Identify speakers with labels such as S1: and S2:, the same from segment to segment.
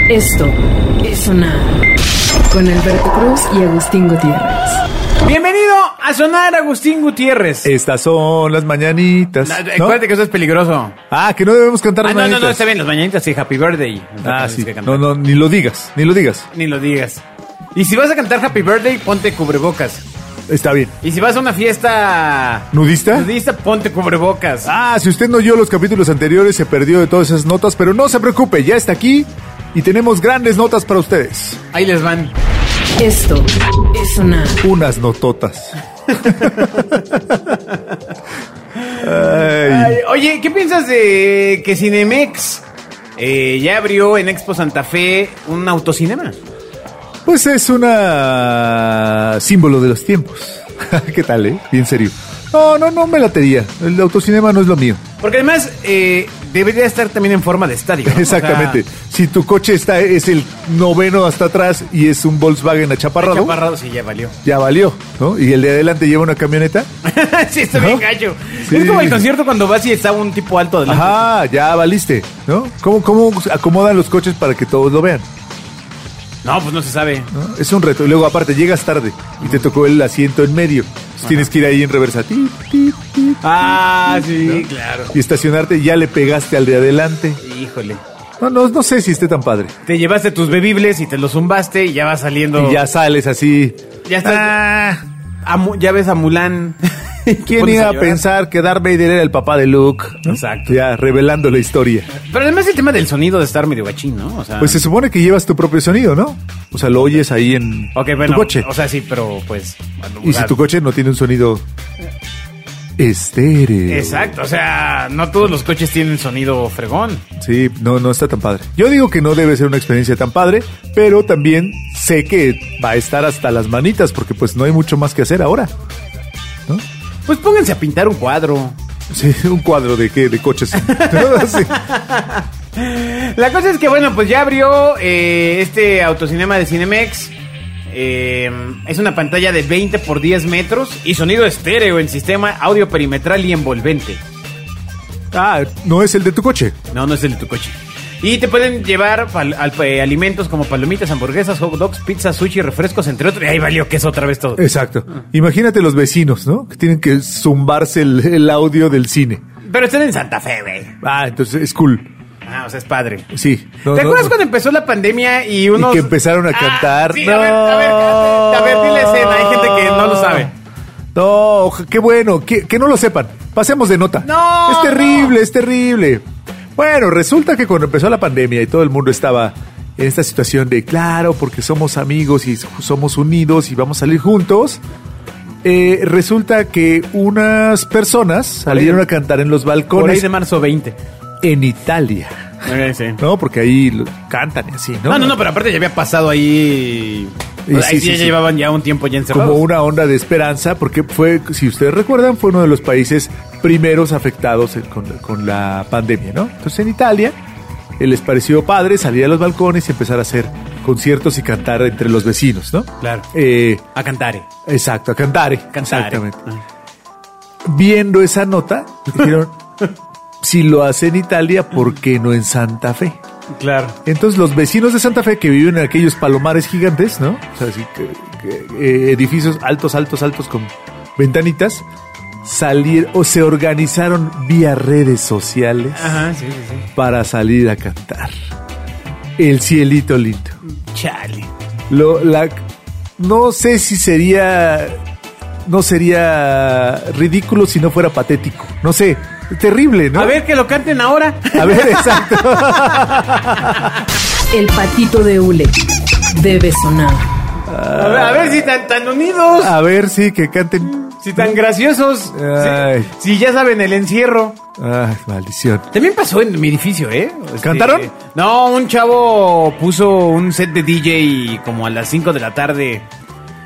S1: Esto es Sonar con Alberto Cruz y Agustín Gutiérrez.
S2: Bienvenido a Sonar Agustín Gutiérrez.
S3: Estas son las mañanitas.
S2: La-
S3: Eh, ¿no?
S2: Acuérdate que eso es peligroso.
S3: Ah, que no debemos cantar
S2: Ah,
S3: las
S2: no, no, no,
S3: mañanitas.
S2: está bien, los mañanitas sí, Happy Birthday.
S3: Ah,
S2: Tienes
S3: sí.
S2: que cantar.
S3: No, no, ni lo digas, ni lo digas.
S2: Ni lo digas. Y si vas a cantar Happy Birthday, ponte cubrebocas.
S3: Está bien.
S2: Y si vas a una fiesta
S3: ¿Nudista?
S2: nudista, ponte cubrebocas.
S3: Ah, si usted no oyó los capítulos anteriores, se perdió de todas esas notas, pero no se preocupe, ya está aquí y tenemos grandes notas para ustedes.
S2: Ahí les van.
S1: Esto es Sonar.
S3: Unas nototas. Ay.
S2: Ay, oye, ¿qué piensas de que Cinemex eh, ya abrió en Expo Santa Fe un autocinema?
S3: Pues es una símbolo de los tiempos. ¿Qué tal, eh? Bien serio. No, no, no me latería. El autocinema no es lo mío.
S2: Porque además eh, debería estar también en forma de estadio. ¿no? O sea,
S3: Exactamente. si tu coche está es el noveno hasta atrás y es un Volkswagen achaparrado,
S2: Chaparrado sí ya valió.
S3: ya valió, ¿no? Y el de adelante lleva una camioneta.
S2: sí, está
S3: ¿No?
S2: bien gallo.
S3: Sí.
S2: Es como el concierto cuando vas y está un tipo alto adelante.
S3: Ajá, ya valiste, ¿no? ¿Cómo, cómo acomodan los coches para que todos lo vean?
S2: No, pues no se sabe.
S3: ¿no? Es un reto. Y luego aparte llegas tarde y te tocó el asiento en medio. Entonces, tienes que ir ahí en reversa. ti, ti, ti,
S2: Ah, sí,
S3: ¿no?
S2: claro.
S3: Y estacionarte y ya le pegaste al de adelante.
S2: Híjole.
S3: No, no, no sé si esté tan padre.
S2: Te llevaste tus bebibles y te los zumbaste y ya vas saliendo.
S3: Y ya sales así.
S2: Ya estás-
S3: Ah,
S2: A Mu- ya ves a Mulan. Te
S3: ¿Quién
S2: pones
S3: iba a
S2: llorar.
S3: pensar que Darth Vader era el papá de Luke? ¿no?
S2: Exacto.
S3: Ya, revelando la historia.
S2: Pero además el tema del sonido de estar medio gachín, ¿no? O sea,
S3: Pues se supone que llevas tu propio sonido, ¿no? O sea, lo oyes ahí en
S2: ok,
S3: tu
S2: bueno,
S3: coche.
S2: O sea, sí, pero pues. bueno,
S3: y si
S2: ah,
S3: tu coche no tiene un sonido estéreo.
S2: Exacto, o sea, no todos los coches tienen sonido fregón.
S3: Sí, no, no está tan padre. Yo digo que no debe ser una experiencia tan padre, pero también sé que va a estar hasta las manitas, porque pues no hay mucho más que hacer ahora. ¿No?
S2: Pues pónganse a pintar un cuadro.
S3: Sí, un cuadro de qué, de coches. ¿No? Sí.
S2: La cosa es que, bueno, pues ya abrió eh, este autocinema de Cinemex. Eh, es una pantalla de 20 por 10 metros y sonido estéreo en sistema audio perimetral y envolvente.
S3: Ah, no es el de tu coche.
S2: No, no es el de tu coche. Y te pueden llevar pal- al- eh, alimentos como palomitas, hamburguesas, hot dogs, pizza, sushi, refrescos, entre otros. Y ahí valió queso otra vez todo.
S3: Exacto. Imagínate los vecinos, ¿no? Que tienen que zumbarse el, el audio del cine.
S2: Pero están en Santa Fe, güey.
S3: Ah, entonces es cool.
S2: Ah, o sea, es padre.
S3: Sí. No,
S2: ¿Te
S3: no,
S2: acuerdas
S3: no.
S2: cuando empezó la pandemia y unos...
S3: Y que empezaron a
S2: Ah,
S3: cantar.
S2: sí, a ver, a ver, a ver, di la escena. Hay gente que no lo sabe.
S3: No, oja- qué bueno, que, que no lo sepan. Pasemos de nota.
S2: No,
S3: Es terrible, es terrible. Bueno, resulta que cuando empezó la pandemia y todo el mundo estaba en esta situación de, claro, porque somos amigos y somos unidos y vamos a salir juntos, eh, resulta que unas personas salieron a cantar en los
S2: Por ahí
S3: balcones
S2: de marzo 20.
S3: en Italia. ¿No? Porque ahí lo- cantan y así, ¿no?
S2: No, no, no, pero aparte ya había pasado ahí.
S3: Y
S2: ahí
S3: sí,
S2: sí,
S3: sí,
S2: ya
S3: sí.
S2: llevaban ya un tiempo ya encerrados.
S3: como una onda de esperanza, porque fue, si ustedes recuerdan, fue uno de los países primeros afectados en- con, con la pandemia, ¿no? Entonces en Italia eh, les pareció padre salir a los balcones y empezar a hacer conciertos y cantar entre los vecinos, ¿no?
S2: Claro.
S3: Eh,
S2: A cantar. eh.
S3: exacto, a cantar.
S2: Cantar. eh. Ah.
S3: Exactamente. Viendo esa nota, dijeron, si lo hace en Italia, ¿por qué no en Santa Fe?
S2: Claro.
S3: Entonces los vecinos de Santa Fe que viven en aquellos palomares gigantes, ¿no? O sea, así que- que, eh, edificios altos, altos, altos con ventanitas, salir o se organizaron vía redes sociales
S2: Ajá, sí, sí, sí.
S3: para salir a cantar. El cielito lindo.
S2: Chale.
S3: Lo, la, no sé si sería no sería ridículo si no fuera patético. No sé, terrible, ¿no?
S2: A ver que lo canten ahora.
S3: a ver, exacto.
S1: El patito de hule debe sonar.
S2: A ver, a ver si están tan unidos.
S3: A ver, sí, que canten.
S2: Si tan graciosos.
S3: Ay.
S2: Si, si ya saben el encierro.
S3: Ay, maldición.
S2: También pasó en mi edificio, ¿eh? Este,
S3: ¿Cantaron?
S2: No, un chavo puso un set de DJ como a las 5 de la tarde.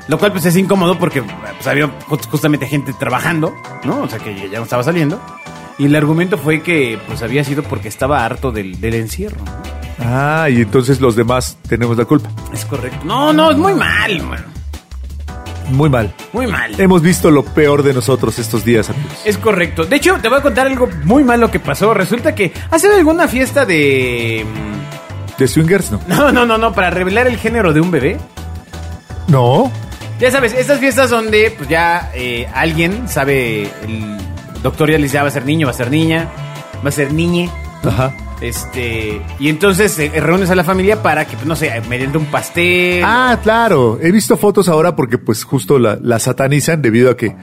S2: Lo cual pues es incómodo porque pues, había ju- justamente gente trabajando, ¿no? O sea que ya no estaba saliendo. Y el argumento fue que pues había sido porque estaba harto del, del encierro. ¿no?
S3: Ah, y entonces los demás tenemos la culpa.
S2: Es correcto. No, no, es muy mal, man.
S3: Muy mal.
S2: Muy mal.
S3: Hemos visto lo peor de nosotros estos días, amigos.
S2: Es correcto. De hecho, te voy a contar algo muy malo que pasó. Resulta que hace alguna fiesta de. mm,
S3: De swingers, no.
S2: No, no, no, no, para revelar el género de un bebé.
S3: No.
S2: Ya sabes, estas fiestas donde pues ya eh, alguien sabe, el doctor ya les dice, "Ah, va a ser niño, va a ser niña, va a ser niñe.
S3: Ajá.
S2: Este, y entonces eh, reúnes a la familia para que, pues, no sé, mediante un pastel.
S3: Ah, claro. He visto fotos ahora porque pues justo la, la satanizan debido a que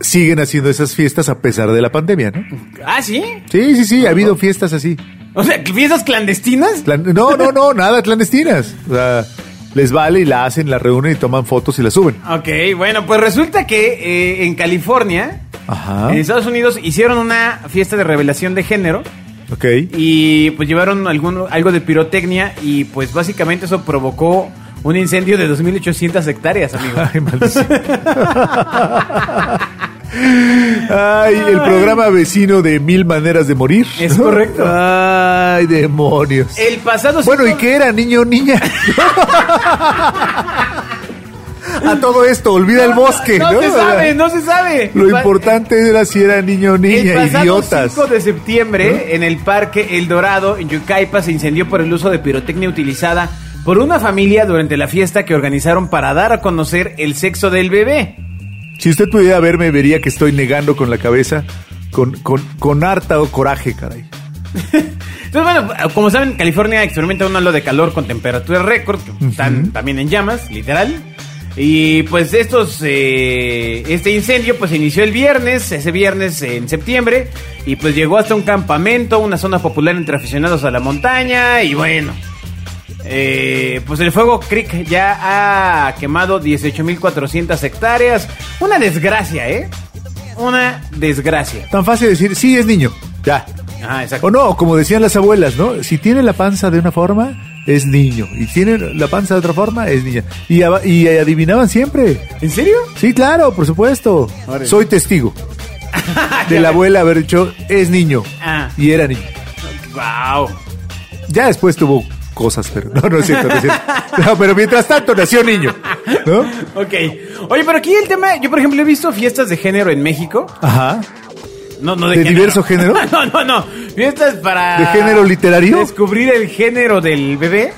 S3: siguen haciendo esas fiestas a pesar de la pandemia, ¿no?
S2: Ah, sí.
S3: Sí, sí, sí, ha habido fiestas así.
S2: O sea, fiestas clandestinas.
S3: Clan- No, no, no, nada clandestinas. O sea, les vale y la hacen, la reúnen y toman fotos y la suben.
S2: Ok, bueno, pues resulta que eh, en California,
S3: Ajá.
S2: en Estados Unidos, hicieron una fiesta de revelación de género
S3: Ok.
S2: y pues llevaron algún, algo de pirotecnia y pues básicamente eso provocó un incendio de 2.800 hectáreas, amigo.
S3: Ay, maldición. Ay, el programa vecino de Mil Maneras de Morir.
S2: Es correcto. Eh,
S3: Ay, demonios.
S2: El pasado...
S3: Bueno, ¿y
S2: cinco-
S3: qué era, niño o niña? A todo esto, olvida el bosque.
S2: No,
S3: No,
S2: se sabe, no se sabe.
S3: Lo
S2: Pa-
S3: importante era si era niño o niña,
S2: el pasado
S3: idiotas.
S2: 5 de septiembre, en el Parque El Dorado, en Yucaipa, se incendió por el uso de pirotecnia utilizada por una familia durante la fiesta que organizaron para dar a conocer el sexo del bebé.
S3: Si usted pudiera verme, vería que estoy negando con la cabeza, con, con, con harta o coraje, caray.
S2: Entonces, bueno, como saben, California experimenta un halo de calor con temperaturas récord, que están también en llamas, literal. Y pues estos, eh, este incendio pues inició el viernes, ese viernes eh, en septiembre, y pues llegó hasta un campamento, una zona popular entre aficionados a la montaña, y bueno, eh, pues el fuego Creek ya ha quemado 18.400 hectáreas, una desgracia, ¿eh? Una desgracia.
S3: Tan fácil decir, sí, es niño. Ya.
S2: Ajá, exacto.
S3: O no, como decían las abuelas, ¿no? Si tiene la panza de una forma, es niño. Y tiene la panza de otra forma, es niña. Y, aba- y adivinaban siempre.
S2: ¿En serio?
S3: Sí, claro, por supuesto.
S2: Órale.
S3: Soy testigo de la abuela haber dicho, es niño.
S2: Ah.
S3: Y era niño.
S2: ¡Wow!
S3: Ya después tuvo cosas, pero no, no es cierto, no es cierto. No, pero mientras tanto nació niño. ¿No?
S2: Ok. Oye, pero aquí el tema, yo por ejemplo he visto fiestas de género en México.
S3: Ajá.
S2: No, no
S3: ¿De diverso género?
S2: no, no, no. Fiestas para...
S3: ¿De género literario?
S2: Descubrir el género del bebé.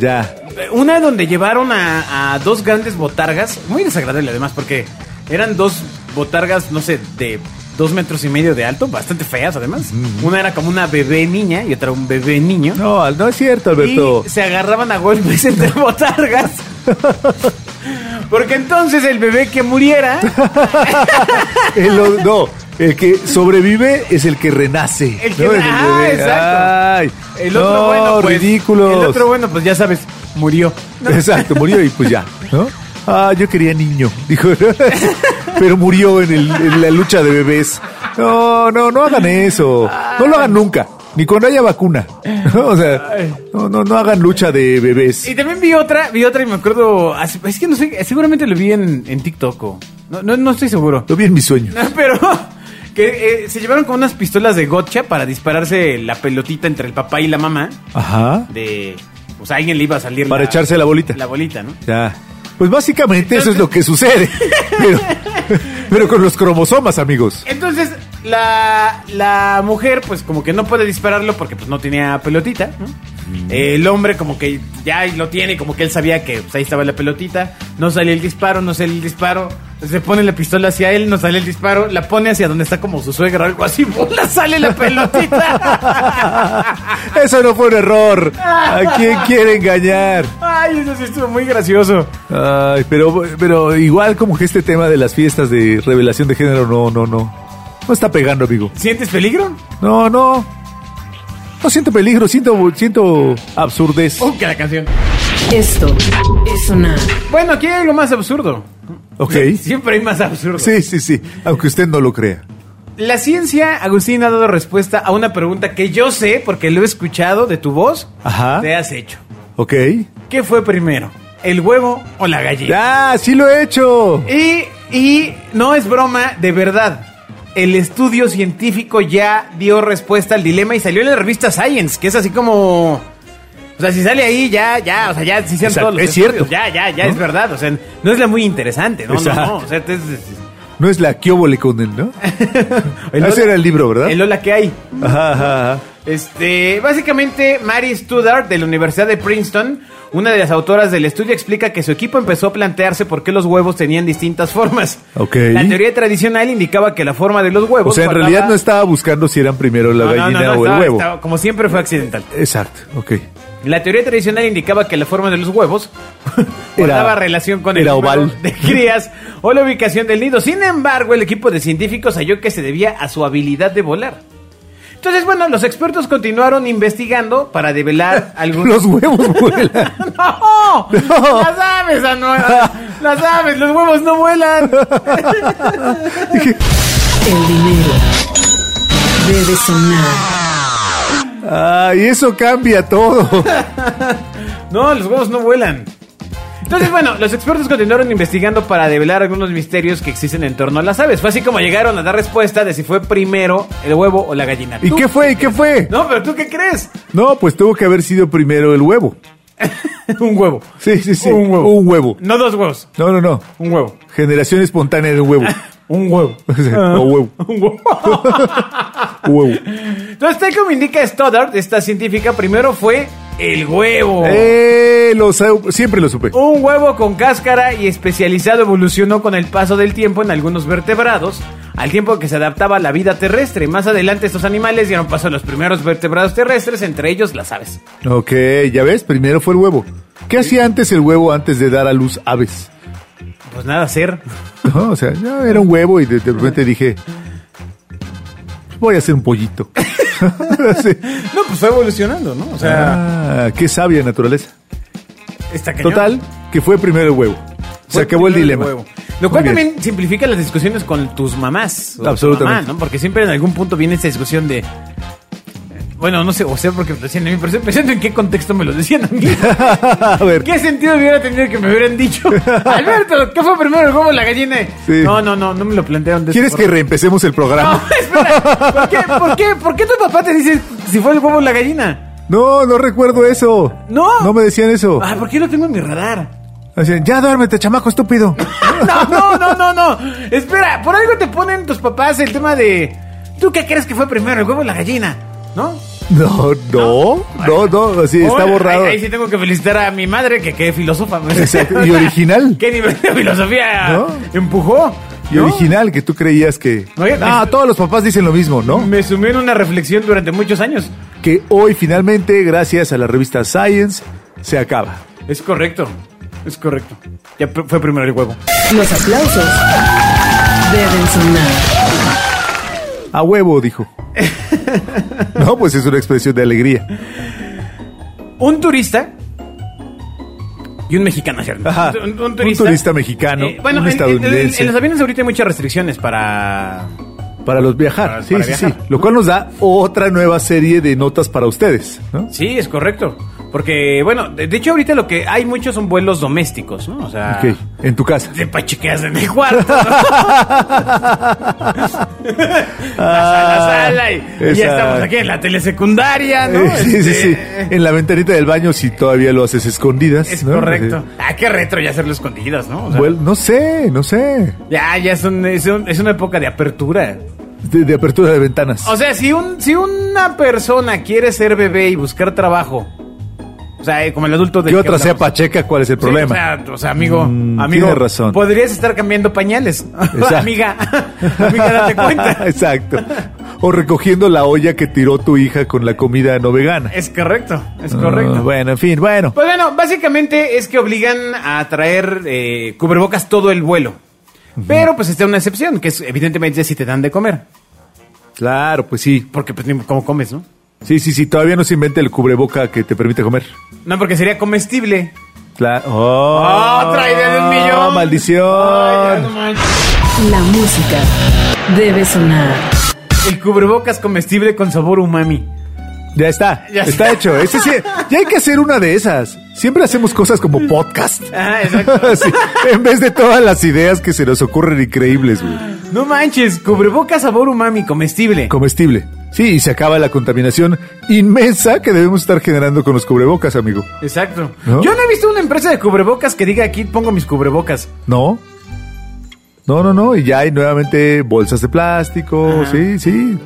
S3: Ya.
S2: Eh, Una donde llevaron a, a dos grandes botargas, muy desagradable además porque eran dos botargas, no sé, de dos metros y medio de alto, bastante feas además. Una era como una bebé niña y otra un bebé niño.
S3: No, no es cierto, Alberto.
S2: Y se agarraban a golpes entre botargas. Porque entonces el bebé que muriera.
S3: El o- no, el que sobrevive es el que renace.
S2: El que
S3: ¿no? Es
S2: ah,
S3: bebé.
S2: exacto.
S3: Ay,
S2: el otro
S3: no,
S2: bueno, pues.
S3: ridículos.
S2: El otro bueno, pues ya sabes, murió.
S3: Exacto, murió y pues ya, ¿no? Ah, yo quería niño, dijo. Pero murió en, el- en la lucha de bebés. No, no, no hagan eso. No lo hagan nunca, ni cuando haya vacuna. O sea, no, no, no hagan lucha de bebés.
S2: Y también vi otra, vi otra y me acuerdo. hace- Es que no sé, seguramente lo vi en, en TikTok. o- No, no, no estoy seguro.
S3: Lo vi en mi sueño.
S2: No, pero que eh, se llevaron con unas pistolas de gotcha para dispararse la pelotita entre el papá y la mamá.
S3: Ajá.
S2: De. O sea, a alguien le iba a salir
S3: Para echarse la bolita.
S2: La bolita, ¿no?
S3: Ya. Pues básicamente eso es lo que sucede. Pero, pero con los cromosomas, amigos.
S2: Entonces, la, la mujer, pues como que no puede dispararlo porque pues no tenía pelotita, ¿no? Eh, El hombre como que ya lo tiene, como que él sabía que pues, ahí estaba la pelotita, no sale el disparo, no sale el disparo, se pone la pistola hacia él, no sale el disparo, la pone hacia donde está como su suegra o algo así, ¡bola! sale la pelotita.
S3: Eso no fue un error. ¿A quién quiere engañar?
S2: Ay, eso sí estuvo muy gracioso.
S3: Ay, pero, pero igual como que este tema de las fiestas de revelación de género, no, no, no. No está pegando, amigo.
S2: ¿Sientes peligro?
S3: No, no. No siento peligro, siento, siento absurdez.
S2: ¡Uh, que la canción!
S1: Esto es sonar.
S2: Bueno, aquí hay lo más absurdo.
S3: Ok.
S2: Siempre hay más absurdo.
S3: Sí, sí, sí. Aunque usted no lo crea.
S2: La ciencia, Agustín, ha dado respuesta a una pregunta que yo sé, porque lo he escuchado de tu voz,
S3: Ajá.
S2: te has hecho.
S3: Ok.
S2: ¿Qué fue primero? ¿El huevo o la gallina?
S3: Ya, Ah, sí lo he hecho.
S2: Y, y no es broma, de verdad. El estudio científico ya dio respuesta al dilema y salió en la revista Science, que es así como... O sea, si sale ahí, ya, ya, o sea, ya se hicieron
S3: Exacto,
S2: todos los
S3: es cierto.
S2: estudios, Ya, ya, ya,
S3: ¿No?
S2: es verdad. O sea, no es la muy interesante, ¿no? No, no,
S3: Exacto.
S2: o sea, este te-
S3: No es la que con él, ¿no? Ese Ah, era el libro, ¿verdad?
S2: El hola que hay.
S3: Ajá, ajá, ajá.
S2: Este, básicamente, Mary Studart de la Universidad de Princeton, una de las autoras del estudio, explica que su equipo empezó a plantearse por qué los huevos tenían distintas formas.
S3: Ok.
S2: La teoría tradicional indicaba que la forma de los huevos.
S3: O sea, en
S2: guardaba-
S3: realidad no estaba buscando si eran primero la
S2: No, no,
S3: gallina
S2: no, no,
S3: o el
S2: estaba-
S3: huevo.
S2: estaba- como siempre fue accidental.
S3: Exacto, ok.
S2: La teoría tradicional indicaba que la forma de los huevos guardaba relación con el
S3: era
S2: número
S3: oval.
S2: de crías o la ubicación del nido. Sin embargo, el equipo de científicos halló que se debía a su habilidad de volar. Entonces, bueno, los expertos continuaron investigando para develar algunos...
S3: Los huevos vuelan.
S2: ¡No!
S3: No.
S2: ¡Las aves, Anuel! ¡Las aves! ¡Los huevos no vuelan!
S1: El dinero debe sonar.
S3: Ay, eso cambia todo.
S2: No, los huevos no vuelan. Entonces, bueno, los expertos continuaron investigando para develar algunos misterios que existen en torno a las aves. Fue así como llegaron a dar respuesta de si fue primero el huevo o la gallina.
S3: ¿Y
S2: ¿Tú?
S3: qué fue? ¿Y qué fue?
S2: No, pero ¿tú qué crees?
S3: No, pues tuvo que haber sido primero el huevo.
S2: un huevo.
S3: Sí, sí, sí.
S2: Un huevo.
S3: Un huevo.
S2: No dos huevos.
S3: No, no, no.
S2: Un huevo.
S3: Generación espontánea del huevo.
S2: Un huevo.
S3: o huevo.
S2: un huevo.
S3: Huevo.
S2: Entonces, tal como indica Stoddard, esta científica, primero fue el huevo.
S3: Eh, lo sa- siempre lo supe.
S2: Un huevo con cáscara y especializado evolucionó con el paso del tiempo en algunos vertebrados, al tiempo que se adaptaba a la vida terrestre. Más adelante estos animales dieron paso a los primeros vertebrados terrestres, entre ellos las aves.
S3: Ok, ya ves, primero fue el huevo. ¿Qué hacía antes el huevo antes de dar a luz aves?
S2: Pues nada, hacer.
S3: No, o sea, ya era un huevo y de, de repente dije, voy a hacer un pollito. Sí.
S2: No, pues fue evolucionando, ¿no? O sea,
S3: Ah, qué sabia naturaleza.
S2: está cañón.
S3: Total, que fue primero el huevo. Se
S2: Fue
S3: acabó el
S2: primero
S3: dilema.
S2: huevo. Lo cual
S3: Muy bien.
S2: también simplifica las discusiones con tus mamás. o tu
S3: Absolutamente.
S2: mamá, ¿no? Porque siempre en algún punto viene esta discusión de. eh, Bueno, no sé, o sea, porque me lo decían a mí, pero estoy pensando en qué contexto me lo decían a mí.
S3: a ver,
S2: ¿Qué sentido hubiera tenido que me hubieran dicho? Alberto, ¿qué fue primero el huevo o la gallina?
S3: Sí.
S2: No, no, no, no me lo plantearon. de
S3: ¿quieres
S2: esa
S3: que
S2: forma.
S3: reempecemos el
S2: No,
S3: programa?
S2: espera. ¿Por qué, por, qué, ¿Por qué tu papá te dice si fue el huevo o la gallina?
S3: No, no recuerdo eso.
S2: No.
S3: No me decían eso.
S2: Ah, ¿por qué lo tengo en mi radar? Ah,
S3: Decían, ya duérmete, chamaco estúpido.
S2: No, no, no, no, no. Espera, por algo te ponen tus papás el tema de. ¿Tú qué crees que fue primero, el huevo o la gallina? ¿No?
S3: No, no, no, no, así está
S2: Bueno,
S3: borrado.
S2: Ahí, ahí sí tengo que felicitar a mi madre, que qué filósofa.
S3: Exacto, y original.
S2: ¿Qué nivel de filosofía
S3: ¿No?
S2: empujó?
S3: Y
S2: ¿no?
S3: original, que tú creías que...
S2: Oye,
S3: Ah,
S2: me-
S3: todos los papás dicen lo mismo, ¿no?
S2: Me sumió en una reflexión durante muchos años.
S3: Que hoy finalmente, gracias a la revista Science, se acaba.
S2: Es correcto, es correcto. Ya pr- fue primero el huevo.
S1: Los aplausos deben sonar.
S3: A huevo, dijo. No, pues es una expresión de alegría.
S2: Un turista y un mexicano, ¿cierto?
S3: Ajá, un turista mexicano,
S2: bueno,
S3: un
S2: en- en-
S3: estadounidense.
S2: en los aviones ahorita hay muchas restricciones para
S3: Para los viajar,
S2: Para-
S3: sí,
S2: para
S3: sí, sí.
S2: viajar.
S3: Lo cual nos da otra nueva serie de notas para ustedes, ¿no?
S2: Sí, es correcto. Porque, bueno, de, de hecho ahorita lo que hay muchos son vuelos domésticos, ¿no? O sea,
S3: Ok, en tu casa.
S2: te pachequeas en el cuarto. ¿no? Vas a la sala y, y ya
S3: Exacto.
S2: estamos aquí en la telesecundaria, ¿no?
S3: Ah. Eh, sí, sí,
S2: Este,
S3: sí. En la ventanita del baño, si todavía lo haces escondidas.
S2: Es
S3: ¿no?
S2: correcto.
S3: Eh,
S2: Ah, qué retro ya hacerlo escondidas, ¿no? O sea,
S3: Bueno, no sé, no sé.
S2: ya, ya es, un- es, un- es una época de apertura.
S3: De, de apertura de ventanas.
S2: O sea, si, un, si una persona quiere ser bebé y buscar trabajo, o sea, eh, como el adulto de...
S3: que otra sea pacheca, ¿cuál es el problema?
S2: Sí, o, sea, o sea, amigo,
S3: Mm,
S2: amigo,
S3: tiene razón.
S2: podrías estar cambiando pañales.
S3: Exacto.
S2: amiga, amiga, date cuenta.
S3: Exacto. O recogiendo la olla que tiró tu hija con la comida no vegana.
S2: Es correcto, es correcto.
S3: Ah, bueno, en fin, bueno.
S2: Pues bueno, básicamente es que obligan a traer eh, cubrebocas todo el vuelo. Pero pues está una excepción, que es evidentemente si te dan de comer.
S3: Claro, pues sí.
S2: Porque pues ni cómo comes, ¿no?
S3: Sí, sí, sí. Todavía no se inventa el cubreboca que te permite comer.
S2: No, porque sería comestible. Ah,
S3: Claro. Oh,
S2: ¡Otra idea de un millón! Ay, ya no
S3: ¡Maldición!
S2: manches.
S1: La música debe sonar.
S2: el cubrebocas comestible con sabor umami.
S3: ya está.
S2: Ya
S3: está
S2: está.
S3: hecho. Ese sí, ya hay que hacer una de esas. Siempre hacemos cosas como podcast.
S2: Ah, exacto.
S3: Sí, en vez de todas las ideas que se nos ocurren increíbles, güey.
S2: No manches, cubrebocas sabor umami comestible.
S3: Comestible. Sí, y se acaba la contaminación inmensa que debemos estar generando con los cubrebocas, amigo.
S2: Exacto.
S3: ¿No?
S2: Yo no he visto una empresa de cubrebocas que diga aquí pongo mis cubrebocas.
S3: ¿No? No, no, no. Y ya hay nuevamente bolsas de plástico. Sí, sí.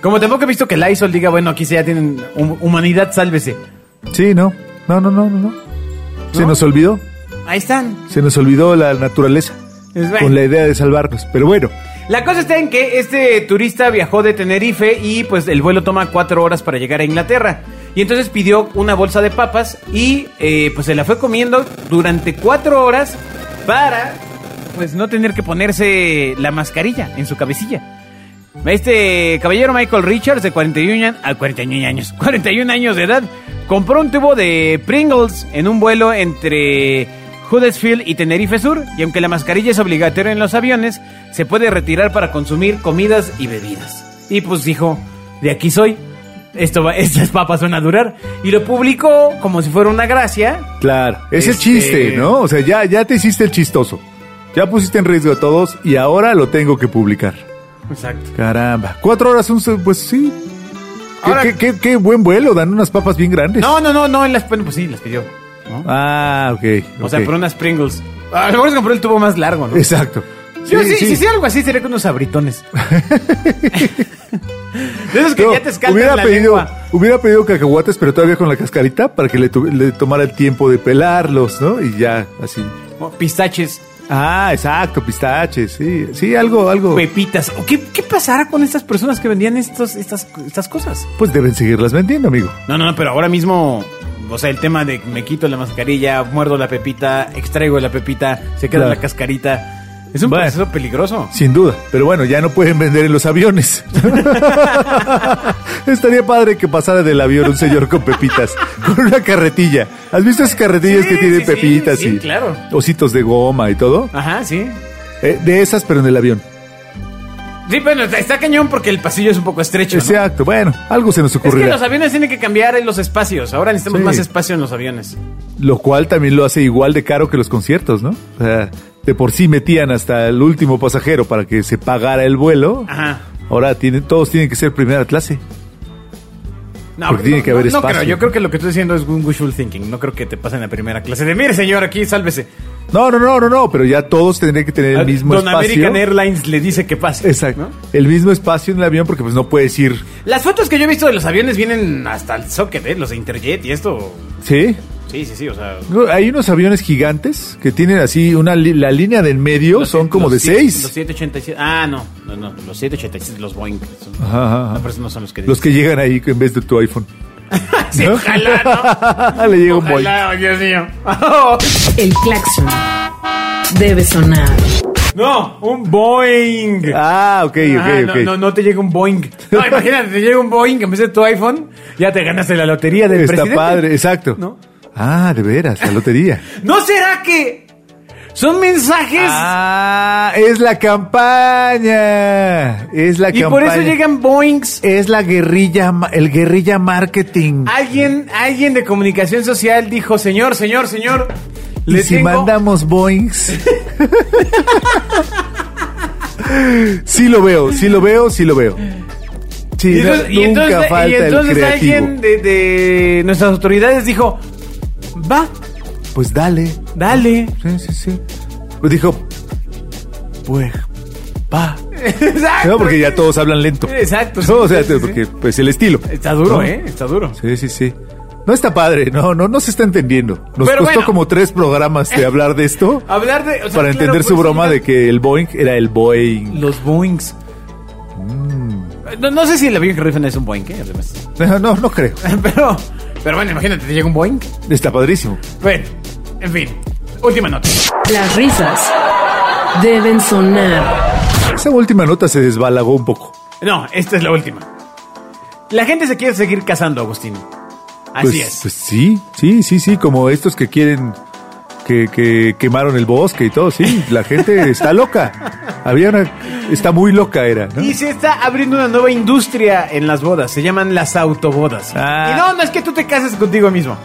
S2: Como tampoco he visto que Lysol diga, bueno, aquí sí ya tienen hum- humanidad, sálvese.
S3: Sí, no. No, no, no, no. no. Se nos olvidó.
S2: Ahí están.
S3: Se nos olvidó la naturaleza.
S2: Es bueno.
S3: Con la idea de salvarnos. Pero bueno,
S2: La cosa está en que este turista viajó de Tenerife y pues el vuelo toma cuatro horas para llegar a Inglaterra. Y entonces pidió una bolsa de papas y eh, pues se la fue comiendo durante cuatro horas para pues no tener que ponerse la mascarilla en su cabecilla. Este caballero Michael Richards, de 41, años- ah, 41 años, 41 años de edad, compró un tubo de Pringles en un vuelo entre Huddersfield y Tenerife Sur, y aunque la mascarilla es obligatoria en los aviones, se puede retirar para consumir comidas y bebidas. Y pues dijo, de aquí soy, esto va- estas papas van a durar, y lo publicó como si fuera una gracia,
S3: claro. Es el
S2: Este-
S3: chiste, ¿no? O sea, ya, ya te hiciste el chistoso. Ya pusiste en riesgo a todos y ahora lo tengo que publicar.
S2: Exacto.
S3: Caramba. Cuatro horas, un, pues sí. ¿Qué,
S2: Ahora-
S3: qué- qué- qué buen vuelo, dan unas papas bien grandes.
S2: No, no, no, no, él las, bueno, pues sí, las pidió. ¿no?
S3: Ah, ok.
S2: O sea,
S3: ok.
S2: por unas Pringles. A lo mejor se compró el tubo más largo, ¿no?
S3: Exacto.
S2: Yo sí, sí, sí, algo así sería con unos abritones. De esos que
S3: No,
S2: ya te escaldan
S3: hubiera,
S2: la
S3: pedido,
S2: lengua.
S3: hubiera pedido cacahuates, pero todavía con la cascarita para que le, tu- le tomara el tiempo de pelarlos, ¿no? Y ya, así.
S2: O Oh, Pistaches,
S3: Ah, exacto, pistaches, sí. Sí, algo,
S2: Oh.
S3: algo.
S2: pepitas. ¿O ¿Qué, ¿Qué pasará con estas personas que vendían estos, estas, estas cosas?
S3: Pues deben seguirlas vendiendo, amigo.
S2: No, no, no, pero ahora mismo, o sea, el tema de me quito la mascarilla, muerdo la pepita, extraigo la pepita, se queda
S3: Claro.
S2: la cascarita. Es un
S3: Bueno.
S2: proceso peligroso.
S3: Sin duda. Pero bueno, ya no pueden vender en los aviones. Estaría padre que pasara del avión un señor con pepitas, con una carretilla. ¿Has visto esas carretillas
S2: Sí,
S3: que tienen
S2: sí, sí,
S3: pepitas
S2: sí,
S3: y
S2: claro.
S3: ositos de goma y todo?
S2: Ajá, sí.
S3: Eh, de esas, pero en el avión.
S2: Sí, bueno, está, está cañón porque el pasillo es un poco estrecho. ¿no?
S3: Exacto. Bueno, algo se nos
S2: Es que
S3: ocurrirá.
S2: los aviones tienen que cambiar los espacios. Ahora necesitamos
S3: Sí.
S2: más espacio en los aviones.
S3: Lo cual también lo hace igual de caro que los conciertos, ¿no? O sea, de por sí metían hasta el último pasajero para que se pagara el vuelo.
S2: Ajá.
S3: Ahora tienen, todos tienen que ser primera clase.
S2: No,
S3: Porque tiene
S2: no,
S3: que haber
S2: no, no
S3: espacio.
S2: creo, yo creo que lo que estoy diciendo es un wishful thinking. No creo que te pasen la primera clase de, mire señor, aquí, sálvese. Ah,
S3: No, no, no, no, no, pero ya todos tendrían que tener el mismo
S2: Don
S3: espacio.
S2: American Airlines le dice que pase.
S3: Exacto.
S2: ¿no?
S3: El mismo espacio en el avión porque pues no puedes ir.
S2: Las fotos que yo he visto de los aviones vienen hasta el socket, ¿eh? Los de Interjet y esto.
S3: ¿Sí?
S2: Sí, sí, sí, o sea...
S3: No, Hay unos aviones gigantes que tienen así una li- la línea del medio
S2: los-
S3: son como
S2: los
S3: de
S2: siete-
S3: seis.
S2: Los 787. Ah, no, no, no. Los 787, los Boeing. Son,
S3: Ajá, ajá, ajá.
S2: Pero esos no son los que...
S3: Los que llegan ahí en vez de tu iPhone.
S2: Sí,
S3: ¿no?
S2: ojalá, ¿no?
S3: Le llega un boy.
S2: Ojalá, oh, Dios mío.
S1: El claxon debe sonar.
S2: no, un Boeing.
S3: Ah, ok, ok,
S2: Ajá, no,
S3: ok.
S2: No, no te llega un Boeing. No, imagínate, te llega un Boeing en vez de tu iPhone, ya te ganaste la lotería del
S3: Está
S2: presidente.
S3: padre, exacto.
S2: ¿No?
S3: Ah, de veras, la lotería.
S2: ¿No será que son mensajes
S3: ah, es la campaña. Es la
S2: y
S3: campaña.
S2: por eso llegan Boeings?
S3: Es la guerrilla, ma- el guerrilla marketing.
S2: Alguien, alguien de comunicación social dijo, señor, señor, señor,
S3: y
S2: le
S3: si
S2: tengo-
S3: mandamos Boeings. sí lo veo, sí lo veo, sí lo veo. Sí,
S2: Y
S3: no-
S2: entonces, y
S3: nunca
S2: entonces-
S3: falta
S2: y entonces
S3: el creativo.
S2: alguien de, de nuestras autoridades dijo, va,
S3: Pues dale.
S2: dale.
S3: Sí, sí, sí. Pues dijo, pues, va.
S2: Exacto.
S3: No, porque ya todos hablan lento.
S2: Exacto, sí,
S3: No, o sea,
S2: sí, sí,
S3: porque pues el estilo.
S2: Está duro,
S3: ¿no?
S2: ¿eh? Está duro.
S3: Sí, sí, sí. No está padre, no, no, no se está entendiendo. Nos
S2: Pero
S3: costó
S2: bueno.
S3: como tres programas de hablar de esto
S2: Hablar de... o sea,
S3: para
S2: claro,
S3: entender su
S2: pues,
S3: broma
S2: mira,
S3: de que el Boeing era el Boeing.
S2: Los Boeings.
S3: Mm.
S2: No, no sé si el avión que rifan es un Boeing, ¿eh? Además.
S3: No, no, no creo.
S2: Pero, pero bueno, imagínate, te llega un Boeing.
S3: Está padrísimo.
S2: Bueno, en fin. Última nota.
S1: Las risas deben sonar.
S3: Esa última nota se desbalagó un poco.
S2: No, esta es la última. La gente se quiere seguir casando, Agustín. Así
S3: Pues-
S2: es.
S3: Pues sí, sí, sí, sí, como estos que quieren que, que quemaron el bosque y todo, sí. La gente está loca. Había una, está muy loca era, ¿no?
S2: Y se está abriendo una nueva industria en las bodas. Se llaman las autobodas.
S3: Ah.
S2: Y no, no es que tú te cases contigo mismo.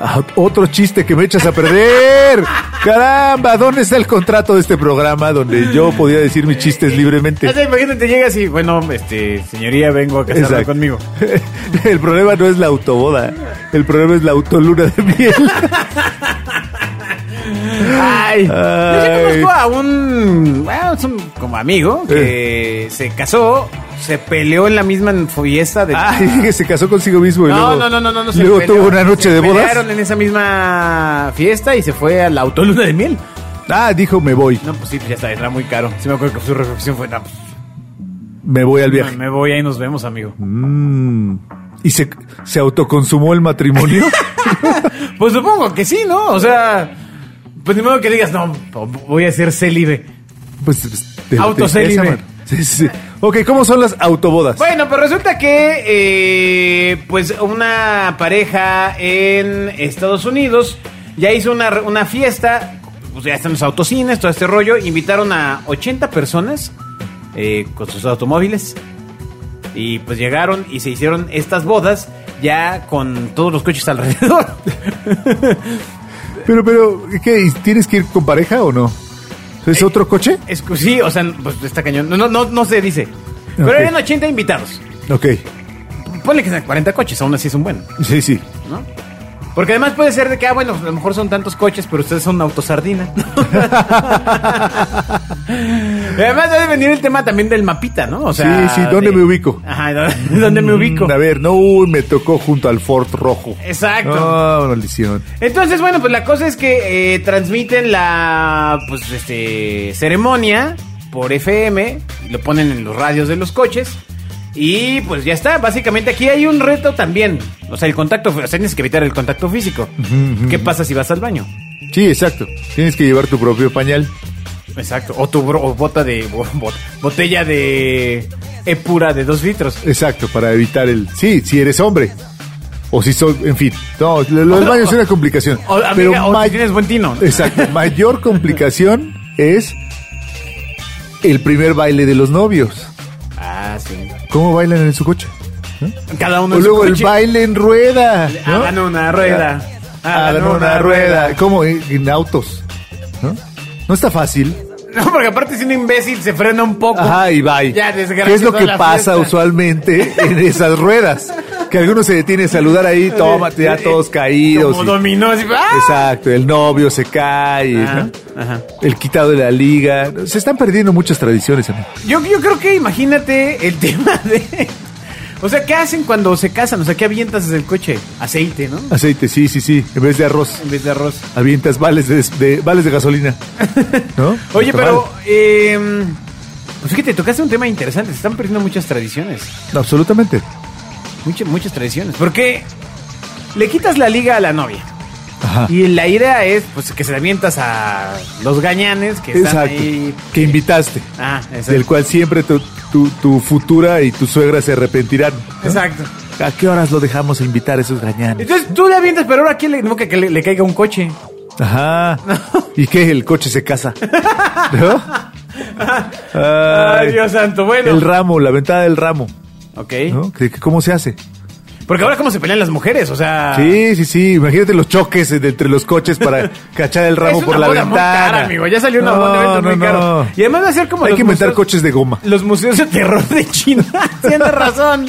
S3: Ah, Otro chiste que me echas a perder. Caramba, ¿dónde está el contrato de este programa donde yo podía decir mis chistes
S2: O
S3: libremente?
S2: sea, imagínate, llegas y, bueno, este, señoría, vengo a casarme
S3: Exacto.
S2: conmigo.
S3: El problema no es la autoboda, el problema es la autoluna de miel.
S2: Ay, yo ya
S3: Ay.
S2: conozco a un, bueno, es un como amigo que se casó se peleó en la misma fiesta de...
S3: Ah, y que se casó consigo mismo y
S2: No,
S3: luego,
S2: no, no, no, no, no. se
S3: luego
S2: peleó.
S3: tuvo una noche
S2: Se
S3: de bodas.
S2: pelearon en esa misma fiesta y se fue a la autoluna de miel.
S3: Ah, dijo, me voy,
S2: No, pues sí, pues ya está, era muy caro. Sí me acuerdo que su reflexión fue, no, pues,
S3: me voy al viaje.
S2: me voy, ahí nos vemos, amigo.
S3: Mm. ¿Y se, se autoconsumó el matrimonio?
S2: Pues supongo que sí, ¿no? O sea, pues ni modo que digas, no, pues, voy a ser célibe.
S3: pues, pues, te- te-
S2: Autocélibe.
S3: esa madre. Sí, sí, sí. Ok, ¿cómo son las autobodas?
S2: Bueno, pues resulta que, eh, pues, una pareja en Estados Unidos ya hizo una, re- una fiesta, pues ya están los autocines, todo este rollo, invitaron a 80 personas eh, con sus automóviles y pues llegaron y se hicieron estas bodas ya con todos los coches alrededor.
S3: Pero, pero, ¿qué? ¿Tienes que ir con pareja o no?
S2: Eh.
S3: ¿Es otro coche?
S2: Es que sí, o sea, pues está cañón. No, no, no, no se dice. Pero
S3: Ok.
S2: eran 80 invitados.
S3: Ok,
S2: Ponle que sean 40 coches, aún así es un buen.
S3: sí, sí.
S2: ¿no? Porque además puede ser de que, ah, bueno, a lo mejor son tantos coches, pero ustedes son autosardina. Y además debe venir el tema también del mapita, ¿no? O sea,
S3: Sí, sí, ¿dónde
S2: de-
S3: me ubico?
S2: Ajá, ¿dó- ¿dónde me ubico?
S3: Mm, A ver, no, uy, me tocó junto al Ford rojo.
S2: Exacto.
S3: Ah, maldición.
S2: Entonces, bueno, pues la cosa es que eh, transmiten la pues este ceremonia por FM, lo ponen en los radios de los coches y pues ya está, básicamente aquí hay un reto también. O sea, el contacto, o sea, tienes que evitar el contacto físico. ¿Qué pasa si vas al baño?
S3: Sí, exacto. Tienes que llevar tu propio pañal.
S2: Exacto, o tu bro- o bota de bo- bot- botella de epura de dos litros.
S3: Exacto, para evitar el... Sí, si eres hombre. O si soy... En fin. No, lo- lo del baño es una complicación.
S2: O, amiga,
S3: pero
S2: o si
S3: may-
S2: tienes buen tino.
S3: Exacto. Mayor complicación es el primer baile de los novios.
S2: Ah, sí.
S3: ¿Cómo bailan en su coche? ¿No?
S2: Cada uno
S3: O
S2: en su
S3: luego el
S2: coche.
S3: baile en rueda. ¿no?
S2: Hagan una rueda. Ah,
S3: Hagan una rueda. ¿Cómo? En, en autos. ¿No? No está fácil.
S2: No, porque aparte si un imbécil se frena un poco.
S3: Ajá, y bye.
S2: Ya, desgraciado
S3: ¿Qué es lo que
S2: la
S3: pasa
S2: fiesta.
S3: usualmente en esas ruedas? Que alguno se detiene a saludar ahí, tómate, ya todos caídos.
S2: Como
S3: y-
S2: dominó, así, ¡ah!
S3: Exacto, el novio se cae,
S2: Ajá,
S3: ¿no?
S2: ajá.
S3: el quitado de la liga. Se están perdiendo muchas tradiciones, amigo.
S2: Yo, yo creo que imagínate el tema de... O sea, ¿qué hacen cuando se casan? O sea, ¿qué avientas desde el coche? Aceite, ¿no?
S3: Aceite, sí, sí, sí. En vez de arroz,
S2: En vez de arroz.
S3: avientas vales de, de- vales de gasolina. ¿No?
S2: Oye,
S3: Está
S2: pero...
S3: mal.
S2: Eh, pues fíjate, tocaste un tema interesante. Se están perdiendo muchas tradiciones.
S3: Absolutamente.
S2: Muchas, muchas tradiciones. Porque le quitas la liga a la novia.
S3: Ajá.
S2: Y la idea es pues que se la avientas a los gañanes que están
S3: Exacto.
S2: ahí...
S3: Que invitaste.
S2: Ah, exacto.
S3: Del cual siempre tu, tu- tu futura y tu suegra se arrepentirán. ¿no?
S2: Exacto.
S3: ¿A qué horas lo dejamos invitar a esos gañanes?
S2: Entonces tú le avientas, pero ahora aquí le, no, que, que le, le caiga un coche.
S3: Ajá. ¿Y qué? El coche se casa. ¿No?
S2: Ay,
S3: Ay,
S2: Dios santo, bueno.
S3: el ramo, la ventana del ramo.
S2: ok.
S3: ¿no? ¿Qué- qué- ¿Cómo se hace?
S2: Porque ahora cómo se pelean las mujeres, o sea.
S3: Sí, sí, sí. Imagínate los choques de entre los coches para cachar el ramo
S2: es
S3: por
S2: una
S3: la
S2: boda
S3: ventana.
S2: muy cara, amigo. Ya salió una boda de evento muy caro. Y además va a ser como
S3: Hay
S2: los
S3: que inventar
S2: museos-
S3: coches de goma.
S2: Los museos de terror de China. Tienes razón.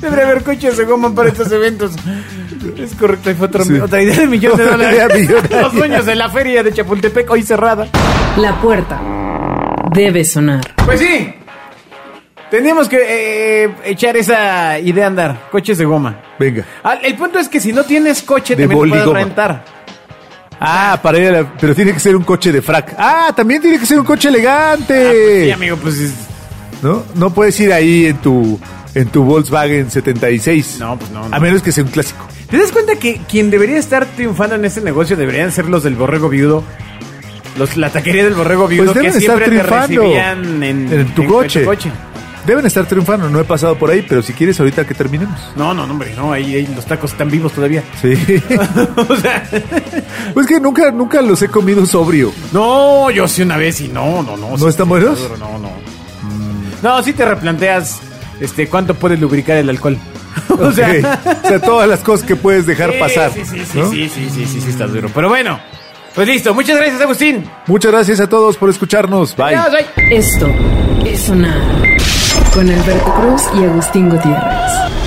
S2: Debe haber coches de goma para estos eventos. Es correcto, ahí fue otro-
S3: Sí.
S2: otra idea de millón de
S3: Otra
S2: dólares.
S3: idea millonaria.
S2: Los dueños de la feria de Chapultepec, hoy cerrada.
S1: La puerta debe sonar.
S2: Pues sí. Teníamos que eh, echar esa idea a andar. Coches de goma.
S3: Venga.
S2: Ah, el punto es que si no tienes coche,
S3: De
S2: también lo
S3: boligoma.
S2: puedes rentar.
S3: Ah, para ir a la- Pero tiene que ser un coche de frac. Ah, también tiene que ser un coche
S2: Ah, pues
S3: elegante.
S2: sí, amigo, pues es-
S3: ¿No? No puedes ir ahí en tu en tu Volkswagen 76.
S2: No, pues no, no.
S3: A menos que sea un clásico.
S2: ¿Te das cuenta que quien debería estar triunfando en este negocio deberían ser los del borrego viudo? Los, la taquería del borrego viudo
S3: Pues deben
S2: que
S3: estar
S2: siempre te
S3: triunfando.
S2: recibían en,
S3: En tu
S2: en
S3: coche. Deben estar triunfando. No he pasado por ahí, pero si quieres ahorita que terminemos.
S2: No, no, no, hombre, no, ahí, ahí los tacos están vivos todavía.
S3: Sí.
S2: o sea,
S3: pues que nunca nunca los he comido sobrio.
S2: no, yo sí una vez y no, no, no.
S3: ¿No
S2: sí,
S3: están
S2: sí,
S3: buenos?
S2: seguro, No, no. No, sí te replanteas este cuánto puede lubricar el alcohol. o sea,
S3: Ok. O sea, todas las cosas que puedes dejar
S2: sí,
S3: pasar.
S2: Sí, sí, sí,
S3: ¿no?
S2: sí, sí, sí, sí, sí, está duro. Pero bueno, pues listo. Muchas gracias, Agustín.
S3: Muchas gracias a todos por escucharnos. Bye.
S2: Adiós, bye.
S1: Esto es sonar. Con Alberto Cruz y Agustín Gutiérrez.